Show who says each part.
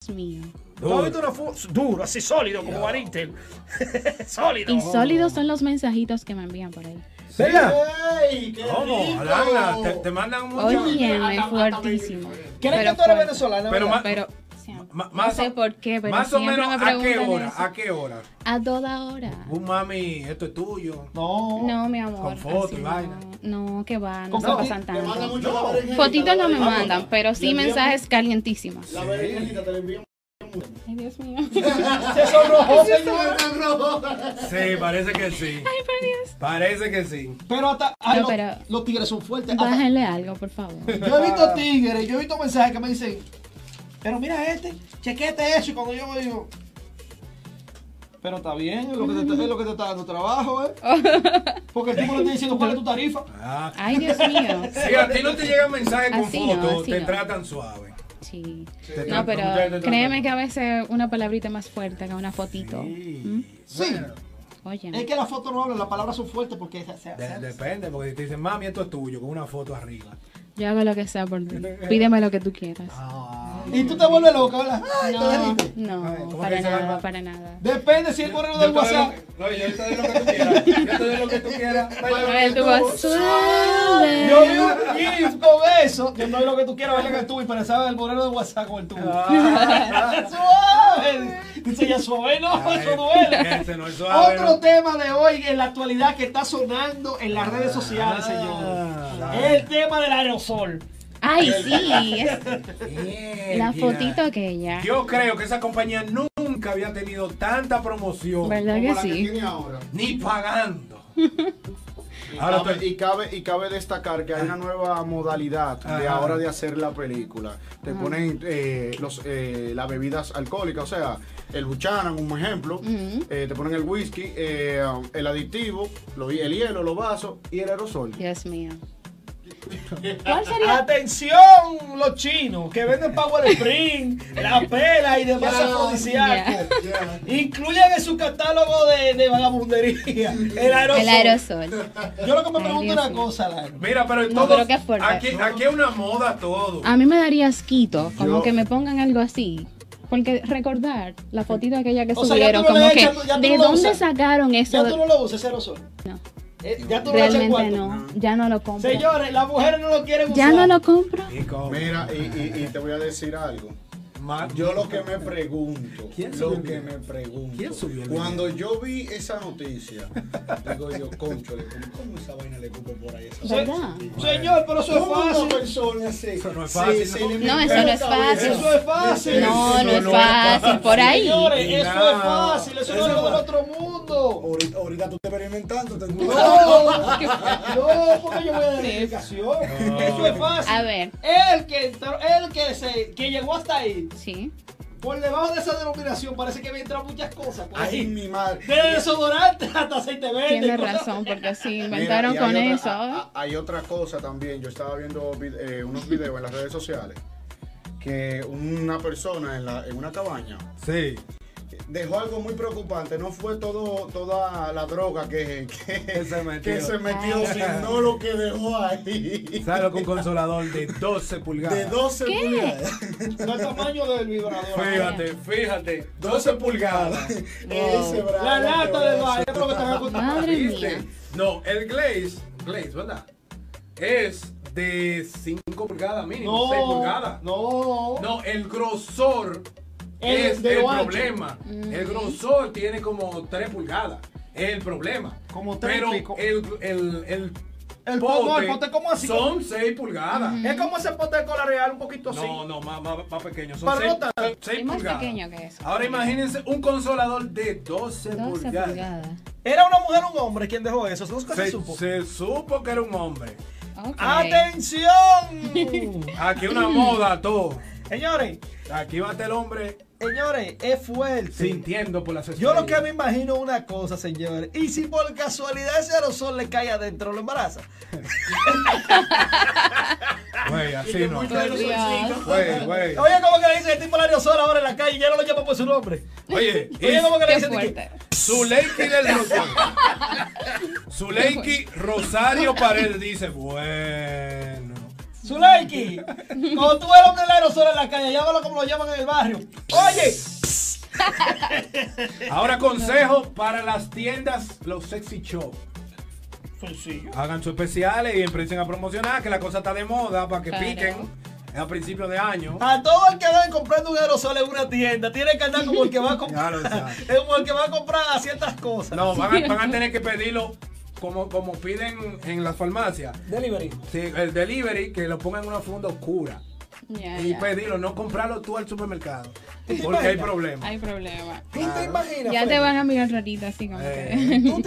Speaker 1: Dios mío.
Speaker 2: ¿Tú has visto una fu- duro, así sólido como Varintel? sólido.
Speaker 1: Y
Speaker 3: Oh.
Speaker 1: sólidos son los mensajitos que me envían por ahí.
Speaker 4: Venga.
Speaker 3: ¡Ey! ¡Qué
Speaker 4: ¿Cómo?
Speaker 3: rico!
Speaker 4: Alana, te, te mandan
Speaker 3: Oh,
Speaker 4: un
Speaker 1: Óyeme, fuertísimo.
Speaker 3: ¿Quién es
Speaker 1: Pero
Speaker 3: que tú eres
Speaker 1: fuerte.
Speaker 3: venezolana?
Speaker 4: Pero
Speaker 3: verdad?
Speaker 4: ma-
Speaker 1: Pero,
Speaker 4: Ma-
Speaker 1: no
Speaker 4: más
Speaker 1: sé
Speaker 4: o-
Speaker 1: por qué, pero
Speaker 4: Más o
Speaker 1: siempre
Speaker 4: menos,
Speaker 1: me
Speaker 4: ¿a
Speaker 1: preguntan
Speaker 4: qué hora?
Speaker 1: eso.
Speaker 4: ¿A qué hora?
Speaker 1: A toda hora.
Speaker 4: Un mami, esto es tuyo.
Speaker 3: No.
Speaker 1: No, mi amor.
Speaker 4: Oh. Con foto
Speaker 1: así
Speaker 4: y
Speaker 1: no.
Speaker 4: vaina.
Speaker 1: No, que va, no
Speaker 3: Con
Speaker 1: se
Speaker 3: foto.
Speaker 1: pasan
Speaker 3: Te mandan
Speaker 1: tanto.
Speaker 3: mucho la berenjenita,
Speaker 1: Fotitos no
Speaker 3: la
Speaker 1: me
Speaker 3: berenjenita.
Speaker 1: mandan, pero
Speaker 3: Le
Speaker 1: sí
Speaker 3: envían-
Speaker 1: mensajes calientísimos.
Speaker 3: La berenjenita te la envían.
Speaker 1: Ay, Dios mío.
Speaker 3: Se sonrojó, señor.
Speaker 4: Sí, parece que sí.
Speaker 1: Ay, por Dios.
Speaker 4: Parece que sí.
Speaker 3: Pero hasta. ay,
Speaker 1: No,
Speaker 3: los,
Speaker 1: pero-
Speaker 3: los tigres son fuertes. Hasta-
Speaker 1: Bájenle algo, por favor.
Speaker 3: yo he visto tigres, yo he visto mensajes que me dicen. Pero mira este, chequete eso. Y cuando yo voy, digo. Pero está bien, es lo que te, es lo que te está dando trabajo, ¿eh? Porque el tipo le está diciendo cuál es tu tarifa.
Speaker 4: Ah.
Speaker 1: Ay, Dios mío.
Speaker 4: Si a ti no te llegan mensajes con
Speaker 1: Así no,
Speaker 4: fotos,
Speaker 1: así
Speaker 4: te
Speaker 1: no.
Speaker 4: tratan suave.
Speaker 1: Sí. No,
Speaker 4: Te tratan-
Speaker 1: pero
Speaker 4: te tratan-
Speaker 1: créeme que a veces una palabrita es más fuerte que una fotito.
Speaker 4: Sí.
Speaker 3: Sí. Es
Speaker 1: Oye.
Speaker 3: que las fotos no hablan, las palabras son fuertes porque se, se-
Speaker 4: De-
Speaker 3: se-
Speaker 4: depende, porque si te dicen, mami, esto es tuyo, con una foto arriba.
Speaker 1: Yo hago lo que sea por ti. Pídeme lo que tú quieras.
Speaker 3: Ah. Y tú te vuelves loca, ¿verdad? Ay, te
Speaker 1: No,
Speaker 3: derrites.
Speaker 4: Ay, ¿cómo
Speaker 1: no,
Speaker 4: que
Speaker 1: para
Speaker 4: dice la
Speaker 1: nada,
Speaker 4: hermana?
Speaker 1: para nada.
Speaker 3: Depende si el moreno del WhatsApp.
Speaker 4: No, yo te doy lo que tú quieras. Yo te doy lo que tú quieras. Ah.
Speaker 1: Ay, tú vas suave.
Speaker 3: Yo vi un gif con eso. Yo no es lo que tú quieras, baila que el tubo. Y pensaba el moreno del WhatsApp con el tubo.
Speaker 4: Ah.
Speaker 3: ¡Suave! Dice ya suave, no, eso duele.
Speaker 4: Ese este no es suave.
Speaker 3: Otro
Speaker 4: no.
Speaker 3: tema de hoy en la actualidad que está sonando en las
Speaker 4: Ah.
Speaker 3: redes sociales, señores. Es el tema del aerosol.
Speaker 1: Ay, sí. es-
Speaker 4: Bien,
Speaker 1: la
Speaker 4: Gina.
Speaker 1: fotito aquella.
Speaker 4: Yo creo que esa compañía nunca había tenido tanta promoción.
Speaker 1: ¿Verdad que sí?
Speaker 5: tiene ahora.
Speaker 4: Ni pagando.
Speaker 5: Y,
Speaker 4: Ahora
Speaker 5: cabe,
Speaker 4: estoy-
Speaker 5: y, cabe, y cabe destacar que hay una nueva modalidad de
Speaker 4: Ajá.
Speaker 5: ahora de hacer la película. Te ponen eh, los, eh, las bebidas alcohólicas, o sea, el buchanan, un ejemplo.
Speaker 1: Ujú.
Speaker 5: Eh, te ponen el whisky, eh, el aditivo, lo- el hielo, los vasos y el aerosol.
Speaker 1: Dios mío. ¿Cuál
Speaker 3: Ah,
Speaker 1: sería?
Speaker 3: Atención, los chinos que venden Power Spring, la pela y demás
Speaker 5: Ya,
Speaker 3: afrodisíacos. Incluyan en su catálogo de, de vagabundería el aerosol.
Speaker 1: El aerosol.
Speaker 3: Yo lo que me
Speaker 1: Ay,
Speaker 3: pregunto es
Speaker 1: Dios
Speaker 3: una
Speaker 1: mío.
Speaker 3: cosa, Lani.
Speaker 4: Mira, pero
Speaker 1: No,
Speaker 4: todos,
Speaker 1: pero qué fuerte. Ah.
Speaker 4: Aquí, aquí es una moda todo.
Speaker 1: A mí me daría asquito, como
Speaker 5: Yo-
Speaker 1: que me pongan algo así. Porque recordar la fotito aquella que
Speaker 3: O sea, ya
Speaker 1: subieron,
Speaker 3: tú no
Speaker 1: como
Speaker 3: la
Speaker 1: que,
Speaker 3: echas, ya tú
Speaker 1: ¿de
Speaker 3: no la
Speaker 1: dónde
Speaker 3: usas?
Speaker 1: sacaron
Speaker 3: Ya
Speaker 1: eso?
Speaker 3: tú no lo usas ese aerosol.
Speaker 1: No,
Speaker 3: Eh, ya tú no lo echas en
Speaker 1: realmente
Speaker 3: cuarto.
Speaker 1: no, ya no lo compro.
Speaker 3: Señores, las mujeres no lo quieren usar.
Speaker 1: Ya no lo compro.
Speaker 4: Y con-
Speaker 5: Mira, y, y- y te voy a decir algo.
Speaker 4: Ma-
Speaker 5: Yo lo que me pregunto,
Speaker 4: ¿Quién subió el
Speaker 5: lo que
Speaker 4: video?
Speaker 5: me pregunto,
Speaker 4: ¿Quién subió el
Speaker 5: cuando yo vi esa noticia, digo yo, concho, ¿cómo esa vaina le cupo por ahí? Esa
Speaker 3: Se-
Speaker 1: ¿Verdad?
Speaker 3: Señor, pero eso es
Speaker 5: ¿Cómo una
Speaker 3: fácil.
Speaker 5: persona se-
Speaker 4: Eso no es
Speaker 5: se-
Speaker 4: fácil,
Speaker 5: se
Speaker 4: ¿no?
Speaker 5: le
Speaker 1: No,
Speaker 5: mete
Speaker 1: eso no
Speaker 5: la
Speaker 1: es
Speaker 5: cabeza?
Speaker 1: fácil.
Speaker 3: Eso es fácil.
Speaker 1: No, no es
Speaker 4: no es
Speaker 1: fácil, por ahí.
Speaker 3: Señores, eso
Speaker 4: No.
Speaker 3: es fácil. Eso no es lo del otro mundo.
Speaker 5: Ahorita, ahorita tú estás experimentando. te-
Speaker 3: No, no, porque yo voy a dar explicación. Eso es fácil.
Speaker 1: A ver.
Speaker 3: El que entró- el que se, que llegó hasta ahí,
Speaker 1: Sí.
Speaker 3: por debajo de esa denominación, parece que me entran muchas cosas. por
Speaker 5: Ay,
Speaker 3: ahí.
Speaker 5: mi madre.
Speaker 3: Desde desodorante hasta aceite verde.
Speaker 1: Tiene
Speaker 3: cosas-
Speaker 1: razón, porque si
Speaker 5: Mira,
Speaker 1: inventaron
Speaker 5: y
Speaker 1: con
Speaker 5: hay otra- Ah,
Speaker 1: eso.
Speaker 5: a- a- hay otra cosa también. Yo estaba viendo vid- eh, unos videos en las redes sociales que una persona en, la- en una cabaña
Speaker 4: Sí.
Speaker 5: dejó algo muy preocupante. No fue todo, toda la droga que, que-
Speaker 4: Que se metió.
Speaker 5: que se metió,
Speaker 1: Ah.
Speaker 5: sino lo que dejó ahí.
Speaker 4: ¿Sabes lo que un consolador de 12 pulgadas?
Speaker 5: De 12
Speaker 1: ¿Qué?
Speaker 5: pulgadas.
Speaker 3: No el tamaño del vibrador.
Speaker 4: Fíjate, fíjate.
Speaker 5: 12 pulgadas. Ese brazo
Speaker 3: La
Speaker 5: que
Speaker 3: lata
Speaker 5: va a
Speaker 3: del baño.
Speaker 5: hacer-
Speaker 3: Es lo que te voy a contar.
Speaker 1: Madre
Speaker 4: ¿Viste?
Speaker 1: mía.
Speaker 4: No, el glaze, glaze, ¿verdad? Es de 5 pulgadas mínimo, 6
Speaker 3: No,
Speaker 4: pulgadas.
Speaker 3: no.
Speaker 4: No, el grosor
Speaker 3: El-
Speaker 4: es
Speaker 3: de
Speaker 4: el
Speaker 3: lo ancho.
Speaker 4: problema.
Speaker 1: Mm.
Speaker 4: El grosor tiene como 3 pulgadas. Es el problema.
Speaker 3: Como tres
Speaker 4: Pero
Speaker 3: y pico.
Speaker 4: el, el, el,
Speaker 3: El pomo, el pote como así,
Speaker 4: Son 6 pulgadas.
Speaker 1: Mm.
Speaker 3: Es como ese pote de cola real un poquito así.
Speaker 4: No, no, más, más, más pequeño. Son
Speaker 3: Más
Speaker 4: 6
Speaker 3: rota.
Speaker 1: Es más pequeño que eso.
Speaker 4: Ahora imagínense un consolador de
Speaker 1: 12
Speaker 4: 12, pulgadas.
Speaker 1: pulgadas.
Speaker 3: Era una mujer o un hombre quien dejó eso. Eso nunca se
Speaker 4: Se,
Speaker 3: supo.
Speaker 4: se supo que era un hombre.
Speaker 1: Ok.
Speaker 3: Ah, ¡Atención!
Speaker 4: Aquí una moda, todo.
Speaker 3: señores,
Speaker 4: Aquí va hasta el hombre
Speaker 3: señores, es fuerte.
Speaker 4: sintiendo por las
Speaker 3: Yo lo que
Speaker 4: estrellas.
Speaker 3: me imagino es una cosa, señores. Y si por casualidad ese aerosol le cae adentro, lo embaraza.
Speaker 4: Güey, así no.
Speaker 1: Por Dios.
Speaker 4: Güey, güey.
Speaker 3: Oye, ¿cómo que le dicen el tipo al aerosol ahora en la calle? Ya no lo llama por su nombre.
Speaker 4: Oye,
Speaker 3: Oye, ¿cómo que le
Speaker 1: Qué
Speaker 3: dicen?
Speaker 1: fuerte.
Speaker 4: Zuleiki del Rosario. Zuleiki Rosario Paredes dice, bueno.
Speaker 3: Zuleiki, cuando tú ves un helero solo en la calle, llámalo como lo llaman en el barrio. Oye,
Speaker 4: Ahora consejo para las tiendas, los sexy shop.
Speaker 2: Sencillo.
Speaker 4: Hagan sus especiales y empiecen a promocionar, que la cosa está de moda para que
Speaker 1: Claro.
Speaker 4: piquen a principios de año.
Speaker 3: a todo el que va comprando un aerosol en una tienda, tiene que andar como el que va a
Speaker 4: Ya
Speaker 3: comprar,
Speaker 4: lo sabes.
Speaker 3: es como el que va a comprar ciertas cosas.
Speaker 4: No, van a, van a tener que pedirlo como, como piden en las farmacias.
Speaker 3: Delivery.
Speaker 4: Sí, el delivery que lo pongan en una funda oscura
Speaker 1: Ya,
Speaker 4: y
Speaker 1: ya.
Speaker 4: pedirlo, no comprarlo tú al supermercado.
Speaker 3: ¿Tú Ah, te
Speaker 4: Porque hay
Speaker 3: imaginas?
Speaker 4: problemas.
Speaker 1: Hay problema.
Speaker 3: ¿Tú te imaginas?
Speaker 1: Ya te
Speaker 3: Fede?
Speaker 1: van a mirar rarita así como
Speaker 4: Eh,
Speaker 1: que.
Speaker 3: ¿Tú te